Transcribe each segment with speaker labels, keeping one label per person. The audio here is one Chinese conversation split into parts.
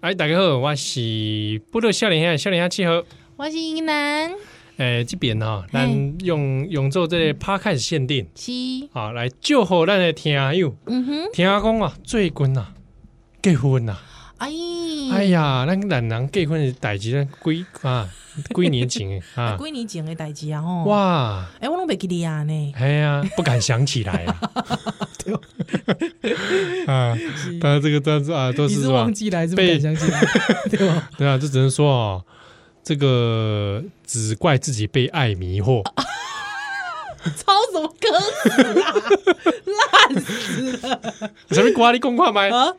Speaker 1: 哎，大家好，我是不乐笑脸下笑脸下契合。
Speaker 2: 我是英男，
Speaker 1: 哎，这边哈、啊，
Speaker 2: 嘿
Speaker 1: 咱用用做这个 p a 始限定
Speaker 2: 是，
Speaker 1: 啊，来祝贺咱的听友
Speaker 2: 嗯哼，
Speaker 1: 听讲啊，最近啊结婚啊，
Speaker 2: 哎，
Speaker 1: 哎呀，咱男人结婚的代志，咱几啊几年前的 啊，
Speaker 2: 几年前的代志啊吼，，
Speaker 1: 哇，
Speaker 2: 哎，我拢袂记得啊呢，
Speaker 1: 哎呀，不敢想起来 啊。啊，当然这个当然是啊，都
Speaker 3: 你
Speaker 1: 是
Speaker 3: 是
Speaker 1: 是吧
Speaker 3: 忘？记来，是不
Speaker 1: 被
Speaker 3: 敢相信来，对吧？
Speaker 1: 对啊，这只能说哦，这个只怪自己被爱迷惑。
Speaker 2: 抄什么歌词啊，烂死了
Speaker 1: 什么瓜你公话麦？
Speaker 2: 啊！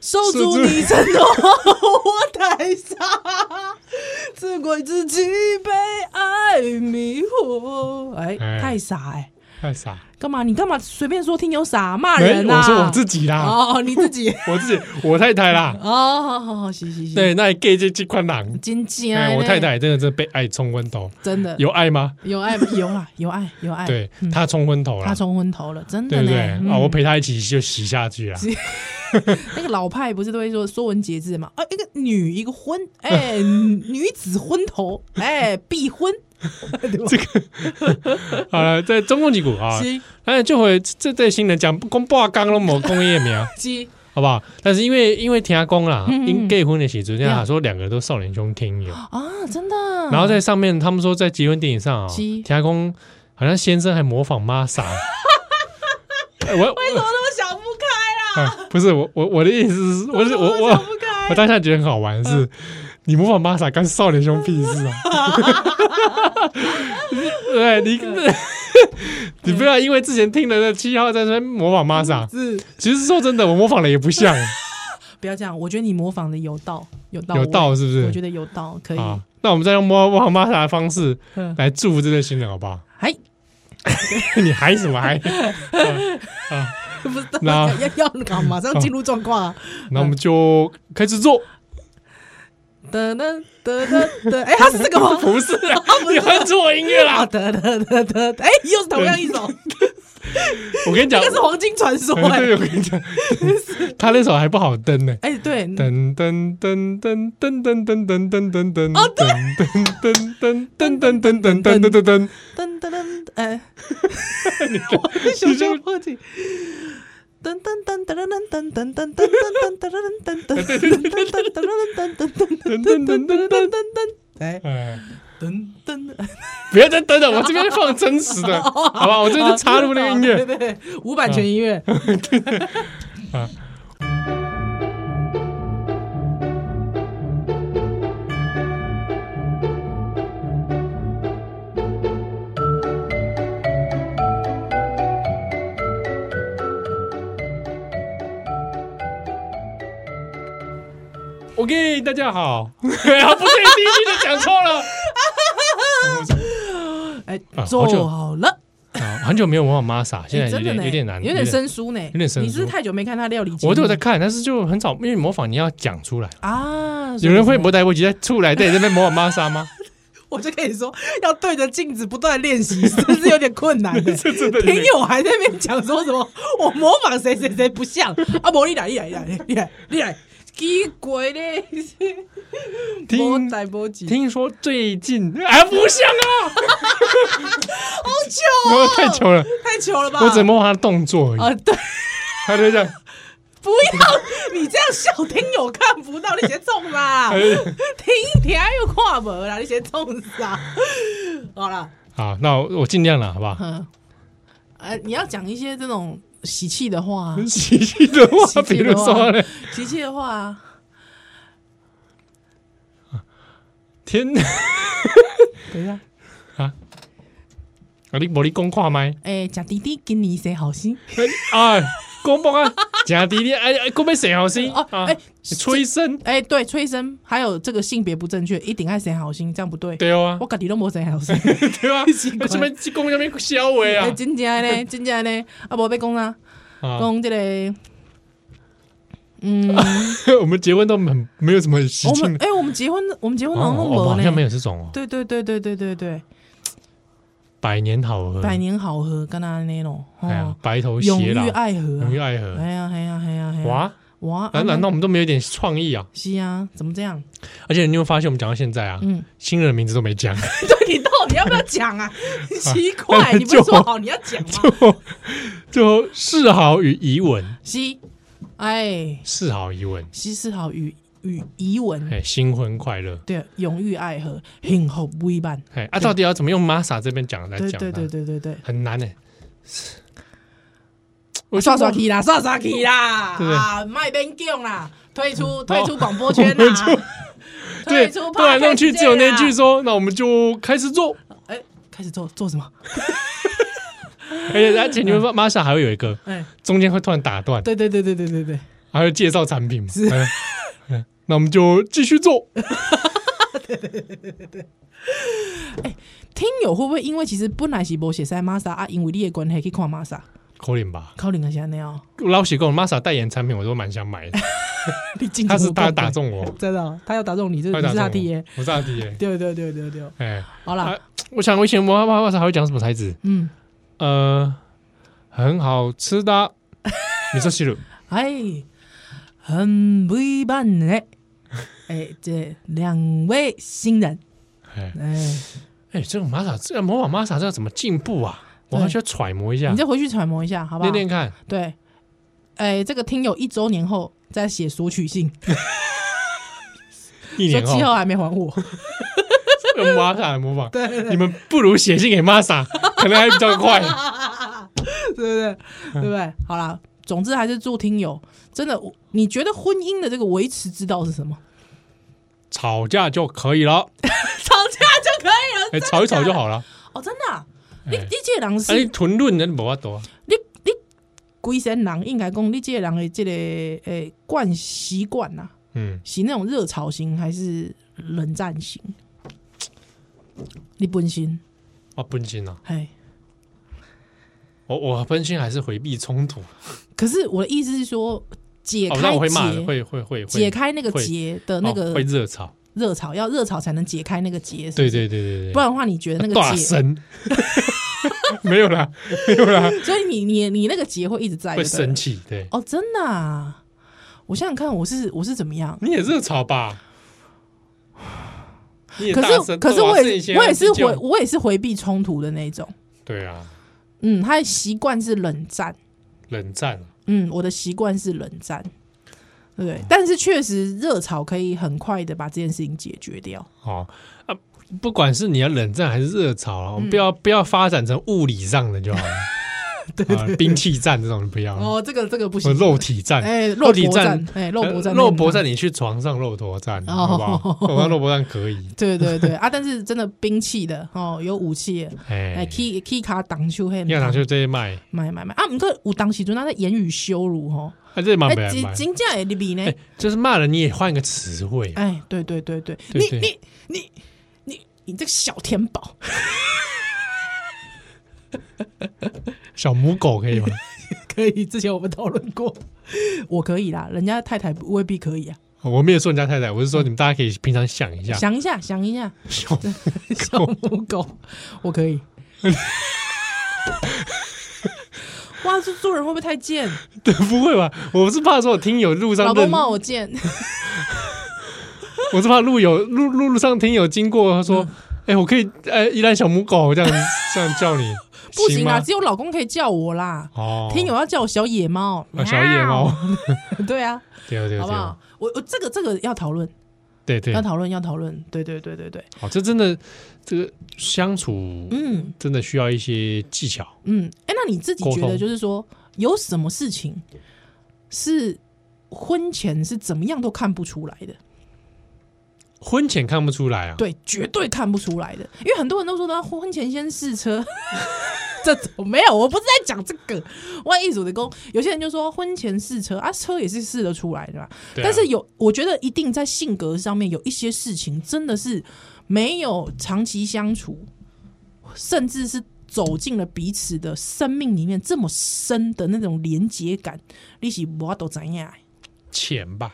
Speaker 2: 受阻你承诺，我太傻，只怪自己被爱迷惑。哎，
Speaker 1: 哎
Speaker 2: 太傻哎、
Speaker 1: 太傻！
Speaker 2: 干嘛？你干嘛随便说听有傻骂
Speaker 1: 没
Speaker 2: 人啊？
Speaker 1: 我说我自己啦，
Speaker 2: 哦，你自己
Speaker 1: 我自己，我太太 啦。
Speaker 2: 哦，好好好，行行行，，
Speaker 1: 对，那 gay 这这款狼，
Speaker 2: 真正
Speaker 1: 哎，
Speaker 2: 的
Speaker 1: 我太太真的是被爱冲昏头，
Speaker 2: 真的
Speaker 1: 有爱吗？
Speaker 2: 有爱有啦，有爱有爱，
Speaker 1: 对
Speaker 2: 嗯
Speaker 1: 她冲昏头
Speaker 2: 他
Speaker 1: 了，
Speaker 2: 冲昏头了，真
Speaker 1: 对
Speaker 2: 的
Speaker 1: 不
Speaker 2: 呢
Speaker 1: 对？
Speaker 2: 嗯
Speaker 1: 啊，我陪她一起就洗下去了。
Speaker 2: 那个老派不是都会说说文解字嘛？啊，一个女一个昏， 哎，女子昏头，哎，必婚，
Speaker 1: 这个好了，在中共几股啊，
Speaker 2: 鸡
Speaker 1: 哎，就会这对新人讲公报刚了某工业 名，啊
Speaker 2: 鸡
Speaker 1: 好不好？但是因为因为听公啦，
Speaker 2: 嗯嗯
Speaker 1: 因结婚的喜族，这样
Speaker 2: 嗯
Speaker 1: 说两个都少年兄听友，
Speaker 2: 啊，真的。
Speaker 1: 然后在上面他们说在结婚典礼上啊，
Speaker 2: 是
Speaker 1: 田家公好像先生还模仿妈 傻。哎我
Speaker 2: 为什么那么想不开
Speaker 1: 啊，不是我我我的意思是，我是
Speaker 2: 啦？
Speaker 1: 我
Speaker 2: 我想
Speaker 1: 我
Speaker 2: 不嗯
Speaker 1: 我
Speaker 2: 开，
Speaker 1: 当下觉得很好玩是，你模仿玛莎干少年兄屁 事啊！对你， 你不要因为之前听了那七号在那边模仿玛莎，
Speaker 2: 是
Speaker 1: 其实说真的，我模仿了也不像，
Speaker 2: 不要这样，我觉得你模仿的有道，有道，
Speaker 1: 有道，是不啊
Speaker 2: 我觉
Speaker 1: 是？
Speaker 2: 得有道，可以。
Speaker 1: 好，那我们再用模仿玛莎的方式
Speaker 2: 嗯
Speaker 1: 来祝福这对新人，好不好？
Speaker 2: 哎，
Speaker 1: 你还什么还？
Speaker 2: 不是
Speaker 1: 那
Speaker 2: 要要搞，马上进入状况啊！
Speaker 1: 那我们就开始做，
Speaker 2: 噔噔噔噔噔，哎，他是这个吗？
Speaker 1: 不是啊
Speaker 2: 他不
Speaker 1: 你
Speaker 2: 是
Speaker 1: 很错音乐
Speaker 2: 啊！
Speaker 1: 啦！
Speaker 2: 得得得得，哎，又是同样一首，
Speaker 1: 我跟你讲
Speaker 2: 这，是黄金传说
Speaker 1: 哎
Speaker 2: 哎
Speaker 1: 对，我跟你讲，他那首还不好登呢。
Speaker 2: 哎对，
Speaker 1: 噔噔噔噔噔噔噔噔噔噔噔哦，对，噔噔噔噔噔噔噔噔噔噔噔，
Speaker 2: 噔噔噔，哎，我的熊熊破镜。噔噔噔噔噔噔噔噔噔噔噔噔噔噔噔噔噔噔噔噔噔噔噔噔噔噔噔噔，哎，
Speaker 1: 哎，
Speaker 2: 噔噔，
Speaker 1: 不要再等了，我这边放真实的，好吧，我这边插入那个音
Speaker 2: 对
Speaker 1: 乐，
Speaker 2: 对对，无版权音乐，
Speaker 1: OK，大家好，啊，不对，第一句就讲错了，
Speaker 2: 哎，做好了，
Speaker 1: 啊，很久没有模仿玛莎，现在有
Speaker 2: 真的
Speaker 1: 点
Speaker 2: 呢，
Speaker 1: 有点难，
Speaker 2: 有点。生疏呢，你是太久没看他料理，
Speaker 1: 我都有在看，但是就很少，因为模仿你要讲出来。
Speaker 2: 啊，
Speaker 1: 有人会不带我起在出来在那边模仿玛莎 吗？
Speaker 2: 我就跟你说，要对着镜子不断地练习，真是有点困难的。
Speaker 1: 这真的有
Speaker 2: 听
Speaker 1: 点
Speaker 2: 友还在那边讲说什么，我模仿谁谁谁不像啊？不，你来，你来，你来，你来，你来，奇怪嘞！
Speaker 1: 听
Speaker 2: 代波及，
Speaker 1: 听说最近 哎，不像 啊，
Speaker 2: 好糗哦，
Speaker 1: 太糗了，
Speaker 2: 太糗了吧？
Speaker 1: 我只模仿他的动作而已。
Speaker 2: 啊？对，
Speaker 1: 他就这样，
Speaker 2: 不要你这样笑，听友看不到，你先冲啦！
Speaker 1: 哎
Speaker 2: 听听又看无啦，你先冲啥？好啦，
Speaker 1: 好，那我我尽量了，好不 好？
Speaker 2: 嗯，呃，你要讲一些这种喜气的话啊，
Speaker 1: 喜剧的 话，
Speaker 2: 喜
Speaker 1: 比
Speaker 2: 剧
Speaker 1: 如
Speaker 2: 的话
Speaker 1: 说呢，
Speaker 2: 喜气的话啊。
Speaker 1: 天
Speaker 2: 等一下，
Speaker 1: 啊，啊 你无你讲看 麦，
Speaker 2: 哎、贾弟弟今年谁好心？
Speaker 1: 啊，讲播啊，假弟弟，哎哎，讲要谁好心
Speaker 2: 哦
Speaker 1: 啊
Speaker 2: 哎？
Speaker 1: 催生，
Speaker 2: 哎、对，催生还有这个性别不正确，一定爱谁好心，这样不对。
Speaker 1: 对啊
Speaker 2: 我，感觉都没谁好 心。
Speaker 1: 对啊，
Speaker 2: 奇
Speaker 1: 啊
Speaker 2: 怪
Speaker 1: 这边这讲什么笑话
Speaker 2: 哎、
Speaker 1: 啊？
Speaker 2: 真正呢，真正呢，啊，无要讲啊，
Speaker 1: 啊，
Speaker 2: 讲这个，嗯，
Speaker 1: 我们结婚都很没有什么喜
Speaker 2: 我
Speaker 1: 庆
Speaker 2: 们
Speaker 1: 的，
Speaker 2: 哎、我们结婚，我们结婚好像
Speaker 1: 哦我们
Speaker 2: 弄
Speaker 1: 好
Speaker 2: 没
Speaker 1: 像没
Speaker 2: 呢。
Speaker 1: 有这种哦，
Speaker 2: 对对对对对对对，
Speaker 1: 百年好合，
Speaker 2: 百年好合，跟他那种，
Speaker 1: 哎呀
Speaker 2: 哦，，
Speaker 1: 白头
Speaker 2: 永
Speaker 1: 偕
Speaker 2: 浴
Speaker 1: 老，
Speaker 2: 爱河、
Speaker 1: 永浴
Speaker 2: 啊，
Speaker 1: 爱河，
Speaker 2: 哎呀哎呀哎呀哎呀，
Speaker 1: 哇，
Speaker 2: 哇，
Speaker 1: 难
Speaker 2: 啊
Speaker 1: 难道我们都没有一点创意啊？
Speaker 2: 是啊，怎么这样？
Speaker 1: 而且你有没有发现，我们讲到现在啊，
Speaker 2: 嗯，
Speaker 1: 新人的名字都没 讲，
Speaker 2: 对你到底要不要讲啊？奇怪，你不是
Speaker 1: 就
Speaker 2: 说好你要讲吗？
Speaker 1: 就世豪与怡文，
Speaker 2: 西，哎，
Speaker 1: 世豪怡文，
Speaker 2: 西施好与与怡文，
Speaker 1: 哎，新婚快乐，
Speaker 2: 对，永浴爱河，幸福不一般。
Speaker 1: 哎，啊，到底要怎么用 Masa 这边讲来
Speaker 2: 对
Speaker 1: 讲？
Speaker 2: 对对，对对对，
Speaker 1: 很难哎。
Speaker 2: 我啊刷刷 K 啦，刷刷 K 啦，
Speaker 1: 对不对
Speaker 2: 啊，卖边讲啦，退出退出广播圈啦，
Speaker 1: 对
Speaker 2: 退，出
Speaker 1: 动来动去
Speaker 2: podcast
Speaker 1: 只有那
Speaker 2: 界啦
Speaker 1: 句说，那我们就开始做。
Speaker 2: 哎，开始做做什么？
Speaker 1: 而 且哎而且你们玛莎还会有一个
Speaker 2: 哎，
Speaker 1: 中间会突然打断，
Speaker 2: 对对对对对对对，
Speaker 1: 还会介绍产品。嗯嗯那我们就继续做。
Speaker 2: 听友会不会因为其实本来是无写在 Masa 啊，因为你的关系去看 Masa，
Speaker 1: 口令吧，
Speaker 2: 靠你个下那样哦，
Speaker 1: 老喜跟玛莎代言产品，我都蛮想买的。
Speaker 2: 你进
Speaker 1: 他是他打，中我，
Speaker 2: 真的哦，他要打中你，这
Speaker 1: 他
Speaker 2: 你
Speaker 1: 打
Speaker 2: 是
Speaker 1: 中
Speaker 2: 他
Speaker 1: 我
Speaker 2: T A，，
Speaker 1: 我是他 T A。
Speaker 2: 对对对对对，
Speaker 1: 哎，
Speaker 2: 好啦，
Speaker 1: 啊我想我以前我妈妈还会讲什么牌子？
Speaker 2: 嗯，
Speaker 1: 呃，很好吃 的。你说西鲁，
Speaker 2: 哎，很美满呢， 哎，这两位新人，
Speaker 1: 哎
Speaker 2: 哎，
Speaker 1: 哎，这个玛莎这模仿玛莎这要怎么进步啊？我还需要揣摩一下
Speaker 2: 你，再回去揣摩一下，好不好
Speaker 1: 练？练看。
Speaker 2: 对，哎，这个听友一周年后再写索取信，
Speaker 1: 一
Speaker 2: 说
Speaker 1: 年后
Speaker 2: 七，号还没还我，
Speaker 1: 用玛莎来模 仿，你们不如写信给玛莎，可能还比较快。嗯
Speaker 2: 对不对？对不对？好啦，总之还是祝听友真的，我你觉得婚姻的这个维持之道是什么？
Speaker 1: 吵架就可以了，
Speaker 2: 吵架就可以了
Speaker 1: 哎，吵一吵就好了。
Speaker 2: 哦，真的啊、你
Speaker 1: 哎
Speaker 2: 你这个人 是，
Speaker 1: 哎，屯论人无法多啊，
Speaker 2: 你你规身人应该讲，你这个人的这个诶惯习惯呐，
Speaker 1: 嗯，
Speaker 2: 是那种热潮型还是冷战型？你本身，
Speaker 1: 我分心啊，
Speaker 2: 嘿，
Speaker 1: 我我分心还是回避冲突。哦，
Speaker 2: 可是我的意思是说，解
Speaker 1: 那
Speaker 2: 开
Speaker 1: 我会骂的，
Speaker 2: 结，
Speaker 1: 会会会会
Speaker 2: 解开那个
Speaker 1: 会
Speaker 2: 结的那
Speaker 1: 哦
Speaker 2: 个
Speaker 1: 会热吵，
Speaker 2: 热潮，要热潮才能解开那个结，是不
Speaker 1: 对
Speaker 2: 是
Speaker 1: 对对对对，
Speaker 2: 不然的话，你觉得那
Speaker 1: 大
Speaker 2: 个结，
Speaker 1: 声，没有啦，
Speaker 2: 所以你你你那个结会一直在
Speaker 1: 会
Speaker 2: 就哎对了
Speaker 1: 生气，对
Speaker 2: 哦，真的、啊。我想想看，我是我是怎么样？
Speaker 1: 你也热吵吧？你也
Speaker 2: 可
Speaker 1: 大
Speaker 2: 是
Speaker 1: 声啊
Speaker 2: 可是我也我也是，
Speaker 1: 对吧这
Speaker 2: 回
Speaker 1: 些
Speaker 2: 我也是回避冲突的那一种。
Speaker 1: 对啊，
Speaker 2: 嗯，他的习惯是冷战。
Speaker 1: 冷战啊，
Speaker 2: 嗯，我的习惯是冷战，对不对？但是确实热潮可以很快的把这件事情解决掉。
Speaker 1: 哦啊，不管是你要冷战还是热吵啊，我
Speaker 2: 嗯
Speaker 1: 们不要不要发展成物理上的就 好了，对兵器战这种不要了，
Speaker 2: 哦，这个这个不
Speaker 1: 或
Speaker 2: 行
Speaker 1: 者。肉体战，
Speaker 2: 哎，肉
Speaker 1: 肉体
Speaker 2: 搏
Speaker 1: 战
Speaker 2: 战，哎，肉搏
Speaker 1: 呃
Speaker 2: 战，
Speaker 1: 肉搏战，，你去床上肉搏战，
Speaker 2: 哦
Speaker 1: 好不好？我看肉搏战可以，
Speaker 2: 对对对啊！但是真的兵器的哦，有武器的， 哎
Speaker 1: 哎，
Speaker 2: ，key key 卡挡球嘿，
Speaker 1: 要拿去这些卖，
Speaker 2: 买买买啊！毋过有当时阵咱咧言语羞辱吼，
Speaker 1: 啊，这蛮
Speaker 2: 哎、
Speaker 1: 不
Speaker 2: 真
Speaker 1: 卖。
Speaker 2: 真正会入面呢
Speaker 1: 哎、。就是骂人你也换个词汇，
Speaker 2: 哎、对对对对，
Speaker 1: 对对
Speaker 2: 你你你你你这个小天宝，
Speaker 1: 小母狗 可以吗？
Speaker 2: 可以？之前我们讨论过，我可以啦，人家太太未必可以啊。
Speaker 1: 我没有说人家太太，我是说你们大家可以平常想一下，
Speaker 2: 想一下，想一下，
Speaker 1: 小
Speaker 2: 小母狗，我可 以。哇，这做人会不会太贱？
Speaker 1: 对，不会吧？我是怕说我听友路上
Speaker 2: 老公
Speaker 1: 认，
Speaker 2: 骂我 贱，
Speaker 1: 我是怕路友路路路上听友经过，
Speaker 2: 嗯
Speaker 1: 他说：“哎、我可以哎，依兰小母狗这样这样叫你，
Speaker 2: 不行啦，
Speaker 1: 吗
Speaker 2: 只有老公可以叫我啦。？”
Speaker 1: 哦，
Speaker 2: 听友要叫我小野猫，
Speaker 1: 啊小野猫，
Speaker 2: 对啊，
Speaker 1: 对对对
Speaker 2: 好不好？我我这个这个要讨论，
Speaker 1: 对对
Speaker 2: 要，讨论，要讨论，对对对对对，
Speaker 1: 好，这真的这个相处
Speaker 2: 嗯
Speaker 1: 真的需要一些技巧。
Speaker 2: 嗯，哎、那你自己
Speaker 1: 沟
Speaker 2: 觉得
Speaker 1: 通
Speaker 2: 就是说，有什么事情是婚前是怎么样都看不出来的？
Speaker 1: 婚前看不出来啊，
Speaker 2: 对，绝对看不出来的，因为很多人都说他婚前先试车， 这种没有，我不是在讲这个。万一主的工，有些人就说婚前试车啊，车也是试得出来的吧？
Speaker 1: 对啊
Speaker 2: 但是有，我觉得一定在性格上面有一些事情真的是没有长期相处，甚至是走进了彼此的生命里面这么深的那种连结感，利息我都怎样？啊
Speaker 1: 钱吧，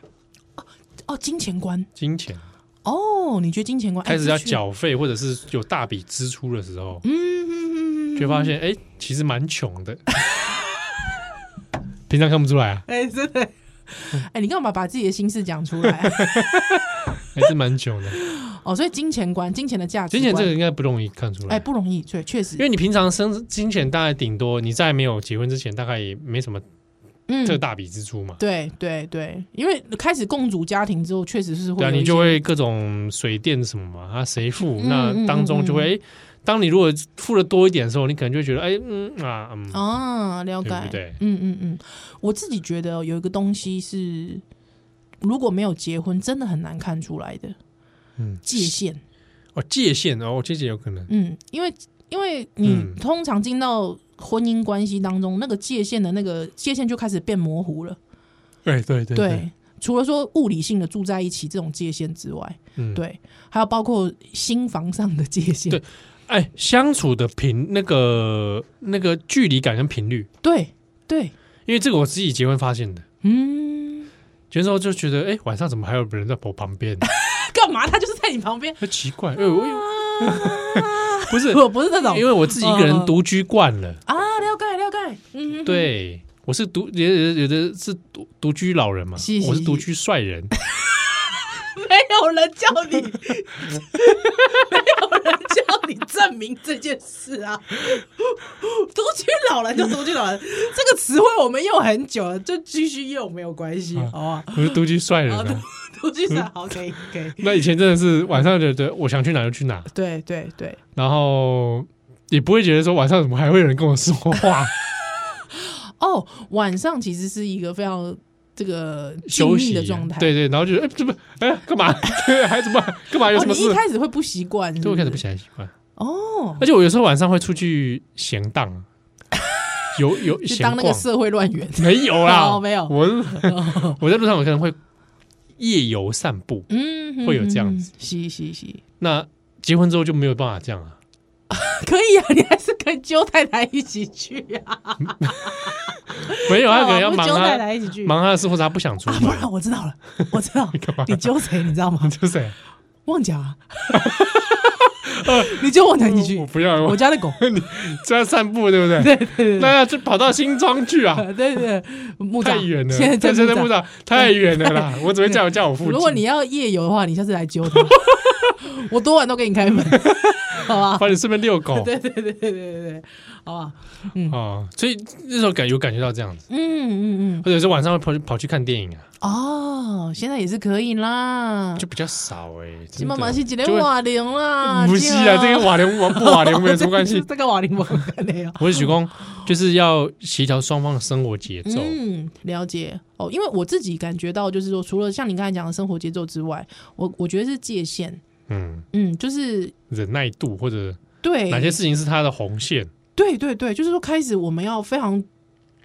Speaker 2: 哦，金钱观
Speaker 1: 金钱
Speaker 2: 哦，你觉得金钱观哎
Speaker 1: 开始要
Speaker 2: 的确
Speaker 1: 缴费，或者是有大笔支出的时
Speaker 2: 嗯
Speaker 1: 候，就发现哎、 其实蛮穷的，平常看不出来啊，
Speaker 2: 哎、真的，哎，你干嘛把自己的心事讲 出来？
Speaker 1: 还是蛮久 的。
Speaker 2: 哦，所以金钱观、金钱的价值
Speaker 1: 金
Speaker 2: 观，
Speaker 1: 钱这个应该不容易看出
Speaker 2: 哎
Speaker 1: 来，
Speaker 2: 不容易，对，确
Speaker 1: 因
Speaker 2: 实，
Speaker 1: 为你平常生金钱大概顶多你在没有结婚之前，大概也没什么
Speaker 2: 嗯，
Speaker 1: 特大笔支出嘛。
Speaker 2: 对对对，因为开始共组家庭之后，确实是会
Speaker 1: 对啊，
Speaker 2: 有一
Speaker 1: 你就
Speaker 2: 些
Speaker 1: 会各种水电什么嘛，啊谁付？
Speaker 2: 嗯
Speaker 1: 那
Speaker 2: 嗯
Speaker 1: 当中就
Speaker 2: 嗯
Speaker 1: 会，哎当你如果付的多一点的时候，你可能就会觉得，哎，嗯啊，嗯，
Speaker 2: 啊，了解，
Speaker 1: 对不对
Speaker 2: 嗯嗯嗯，我自己觉得有一个东西是，如果没有结婚，真的很难看出来的
Speaker 1: 嗯，
Speaker 2: 界限。
Speaker 1: 哦，界限哦，界限有可能，
Speaker 2: 嗯，因为因为你
Speaker 1: 嗯
Speaker 2: 通常进到婚姻关系当中，那个界限的那个界限就开始变模糊了。
Speaker 1: 对对对
Speaker 2: 对，，除了说物理性的住在一起这种界限之外，
Speaker 1: 嗯，
Speaker 2: 对，还有包括心房上的界限。
Speaker 1: 对哎，相处的频那个那个距离感跟频率，
Speaker 2: 对对，
Speaker 1: 因为这个我自己结婚发现的，
Speaker 2: 嗯，
Speaker 1: 结婚之后就觉得，哎，晚上怎么还有人在我旁边？
Speaker 2: 干嘛？他就是在你旁边。
Speaker 1: 很 奇怪，哎，我
Speaker 2: 啊
Speaker 1: 不是
Speaker 2: 我 不是这种
Speaker 1: 因为我自己一个人独居惯了，
Speaker 2: 啊，了解了解，嗯，嗯，
Speaker 1: 对。我是独有的有的是独独居老人嘛，
Speaker 2: 是是
Speaker 1: 我是独
Speaker 2: 是
Speaker 1: 居帅人，
Speaker 2: 嗯没有人叫 你，没有人叫你证明这件事啊。独居老人就独居老人，这个词汇我们用很久了，就继续用没有关系，
Speaker 1: 啊
Speaker 2: 好不好？
Speaker 1: 我是独居帅人
Speaker 2: 好的
Speaker 1: 啊。，
Speaker 2: 独居老人好，可以可以，
Speaker 1: 那以前真的是晚上觉得我想去哪就去哪，
Speaker 2: 对对对，
Speaker 1: 然后也不会觉得说晚上怎么还会有人跟我说 话，
Speaker 2: 哦，晚上其实是一个非常。这个静
Speaker 1: 休
Speaker 2: 谧
Speaker 1: 息啊
Speaker 2: 的状态，
Speaker 1: 对对，然后就哎怎么哎干嘛 对还怎么干嘛有
Speaker 2: 哦，
Speaker 1: 什么
Speaker 2: 你
Speaker 1: 事
Speaker 2: 一？开始会不习惯，是
Speaker 1: 对，我开始不
Speaker 2: 是
Speaker 1: 喜欢习惯，
Speaker 2: 哦，
Speaker 1: 而且我有时候晚上会出去闲 荡，啊有有
Speaker 2: 就
Speaker 1: 闲
Speaker 2: 当那个
Speaker 1: 逛，
Speaker 2: 社会乱源，
Speaker 1: 没有啦，
Speaker 2: 哦没有哦
Speaker 1: 我 我在路上我可能会夜游散步，
Speaker 2: 嗯，
Speaker 1: 会有这样
Speaker 2: 子，是是是，
Speaker 1: 那结婚之后就没有办法这样啊。
Speaker 2: 可以啊，你还是跟揪太太一起去 啊，
Speaker 1: 没有，他可能啊要
Speaker 2: 不
Speaker 1: 忙
Speaker 2: 揪太
Speaker 1: 他
Speaker 2: 太一起去
Speaker 1: 忙他的事，或者他不想出
Speaker 2: 啊，不
Speaker 1: 门。
Speaker 2: 然我知道了，我知道
Speaker 1: 干嘛
Speaker 2: 你揪谁，你知道吗？
Speaker 1: 就是谁？
Speaker 2: 旺角 啊， 你揪旺角一起
Speaker 1: 我
Speaker 2: 去，
Speaker 1: 不要，
Speaker 2: 我
Speaker 1: 我
Speaker 2: 家的 狗，
Speaker 1: 在散步，对不对？
Speaker 2: 对对对对
Speaker 1: 那要去跑到新庄去 啊，
Speaker 2: 对呃对对，木栅
Speaker 1: 太远了。
Speaker 2: 现在在
Speaker 1: 现在
Speaker 2: 木
Speaker 1: 不
Speaker 2: 栅
Speaker 1: 知道太远了啦。我只会叫我叫我父亲。
Speaker 2: 如果你要夜游的话，你下次来揪 他， 我多晚都给你开门，好吧？
Speaker 1: 帮你顺便遛狗
Speaker 2: 对对对对对对，好吧？
Speaker 1: 哦，所以那时候感有感觉到这样子，
Speaker 2: 嗯嗯嗯，
Speaker 1: 或者是晚上会跑去跑去看电影啊，
Speaker 2: 哦，现在也是可以啦，
Speaker 1: 就比较少哎。
Speaker 2: 起码嘛是几
Speaker 1: 就
Speaker 2: 年
Speaker 1: 会
Speaker 2: 瓦零啦，
Speaker 1: 不是啊，这
Speaker 2: 个
Speaker 1: 跟瓦良瓦不瓦良没有什么关系。
Speaker 2: 这跟瓦零没有关 系啊。
Speaker 1: 我是许工，就是要协调双方的生活节奏。
Speaker 2: 嗯，了解哦，因为我自己感觉到，就是说，除了像你刚才讲的生活节奏之外，我我觉得是界限，
Speaker 1: 嗯，
Speaker 2: 嗯，就是
Speaker 1: 忍耐度或者
Speaker 2: 对
Speaker 1: 哪些事情是他的红线？
Speaker 2: 对对对，就是说开始我们要非常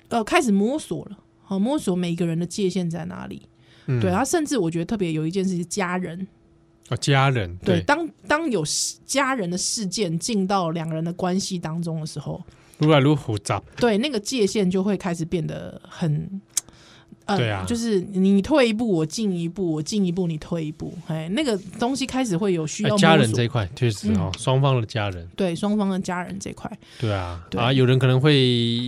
Speaker 2: 呃开始摸索了，好、摸索每一个人的界限在哪里。
Speaker 1: 嗯
Speaker 2: 对，啊，甚至我觉得特别有一件事是家人，
Speaker 1: 哦，家人
Speaker 2: 对，
Speaker 1: 对，
Speaker 2: 当当有事家人的事件进到两个人的关系当中的时候，
Speaker 1: 如来如虎杂，
Speaker 2: 对那个界限就会开始变得很，呃，
Speaker 1: 对啊
Speaker 2: 就是你退一步，我进一步，我进一步，你退一步，哎，那个东西开始会有需要
Speaker 1: 哎
Speaker 2: 摸索、嗯
Speaker 1: 家人这一块确实哦，双方的家人，
Speaker 2: 对双方的家人这块，
Speaker 1: 对啊，
Speaker 2: 对
Speaker 1: 啊，有人可能会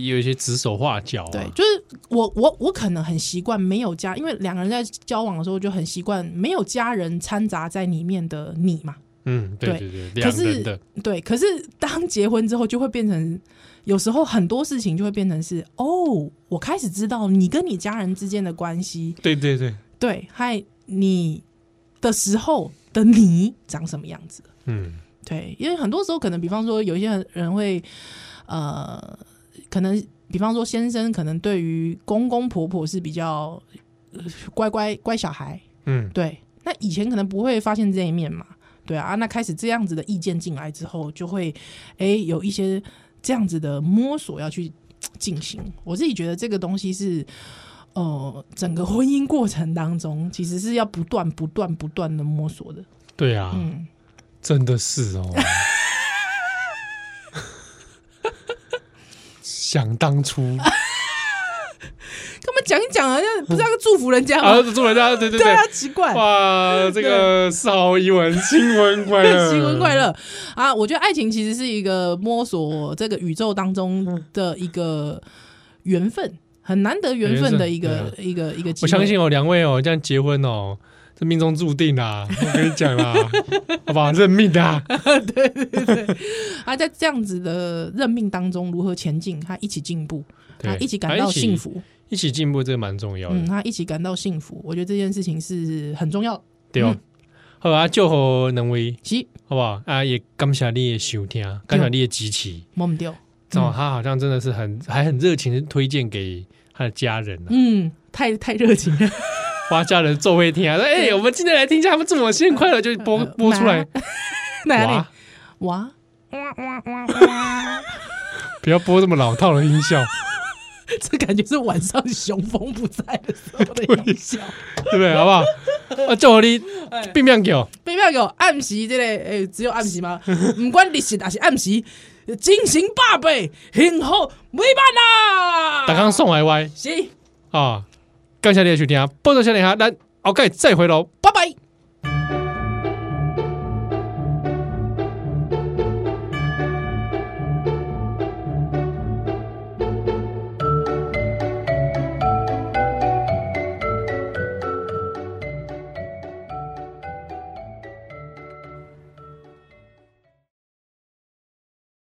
Speaker 1: 有一些指手画脚啊，
Speaker 2: 对，就是我我我可能很习惯没有家，因为两个人在交往的时候就很习惯没有家人掺杂在里面的你嘛，
Speaker 1: 嗯，对
Speaker 2: 对
Speaker 1: 对对，
Speaker 2: 可
Speaker 1: 两
Speaker 2: 是
Speaker 1: 人的，
Speaker 2: 对，可是当结婚之后，就会变成有时候很多事情就会变成是哦，我开始知道你跟你家人之间的关系，
Speaker 1: 对对对，
Speaker 2: 对，嗨，你的时候的你长什么样子？
Speaker 1: 嗯，
Speaker 2: 对，因为很多时候可能，比方说有一些人会，呃，可能比方说先生可能对于公公婆婆是比较呃乖乖乖小孩，
Speaker 1: 嗯，
Speaker 2: 对，那以前可能不会发现这一面嘛，对啊，那开始这样子的意见进来之后，就会哎有一些这样子的摸索要去进行。我自己觉得这个东西是，呃，整个婚姻过程当中其实是要不断、不断、不断的摸索的。
Speaker 1: 对啊，
Speaker 2: 嗯，
Speaker 1: 真的是 哦。想当 初
Speaker 2: 干嘛讲一讲啊？那不是要祝福人家吗？
Speaker 1: 啊，做人家对对
Speaker 2: 对啊，奇怪。
Speaker 1: 哇，这个是好一文，新闻快乐，
Speaker 2: 新婚快，乐啊！我觉得爱情其实是一个摸索这个宇宙当中的一个缘分，很难得缘分的一
Speaker 1: 缘啊
Speaker 2: 个一个一个机会。
Speaker 1: 我相信哦，两位哦，这样结婚哦，这命中注定啦，我跟你讲 啦，好吧，认命的啊，
Speaker 2: 啊，在这样子的任命当中如何前进，他一起进步，他
Speaker 1: 对，
Speaker 2: 一起感到
Speaker 1: 起
Speaker 2: 幸，福，
Speaker 1: 一起进步，这个蛮重要
Speaker 2: 嗯，
Speaker 1: 的，
Speaker 2: 他一起感到幸福，我觉得这件事情是很重要的。
Speaker 1: 对哦
Speaker 2: 嗯。
Speaker 1: 好吧，祝福两位，
Speaker 2: 其
Speaker 1: 好不好？啊，也感谢你的收听，啊感谢你的支持。
Speaker 2: 摸不掉，
Speaker 1: 哦，他好像真的是很还很热情的推荐给他的家人啊，
Speaker 2: 嗯，太太热情了，
Speaker 1: 哇，家人做会
Speaker 2: 嗯
Speaker 1: 听啊，说哎，我们今天来听一下他们祝我新年快乐，就播播出来，
Speaker 2: 嗯哪里
Speaker 1: 哇，
Speaker 2: 哇？
Speaker 1: 不要播这么老套的音效，
Speaker 2: 这感觉是晚上雄风不在的时候 的音效。
Speaker 1: 对不 对？好不好？啊，祝福你
Speaker 2: 哎
Speaker 1: 变变狗，
Speaker 2: 被票给我暗时这个诶、只有暗时吗？唔管日时还是暗时，精神百倍，幸福美满啊啦！
Speaker 1: 打康送歪歪哦
Speaker 2: 是，
Speaker 1: 啊啊！感谢你的收听，报道小林哈，咱后盖再回喽。
Speaker 2: 拜拜。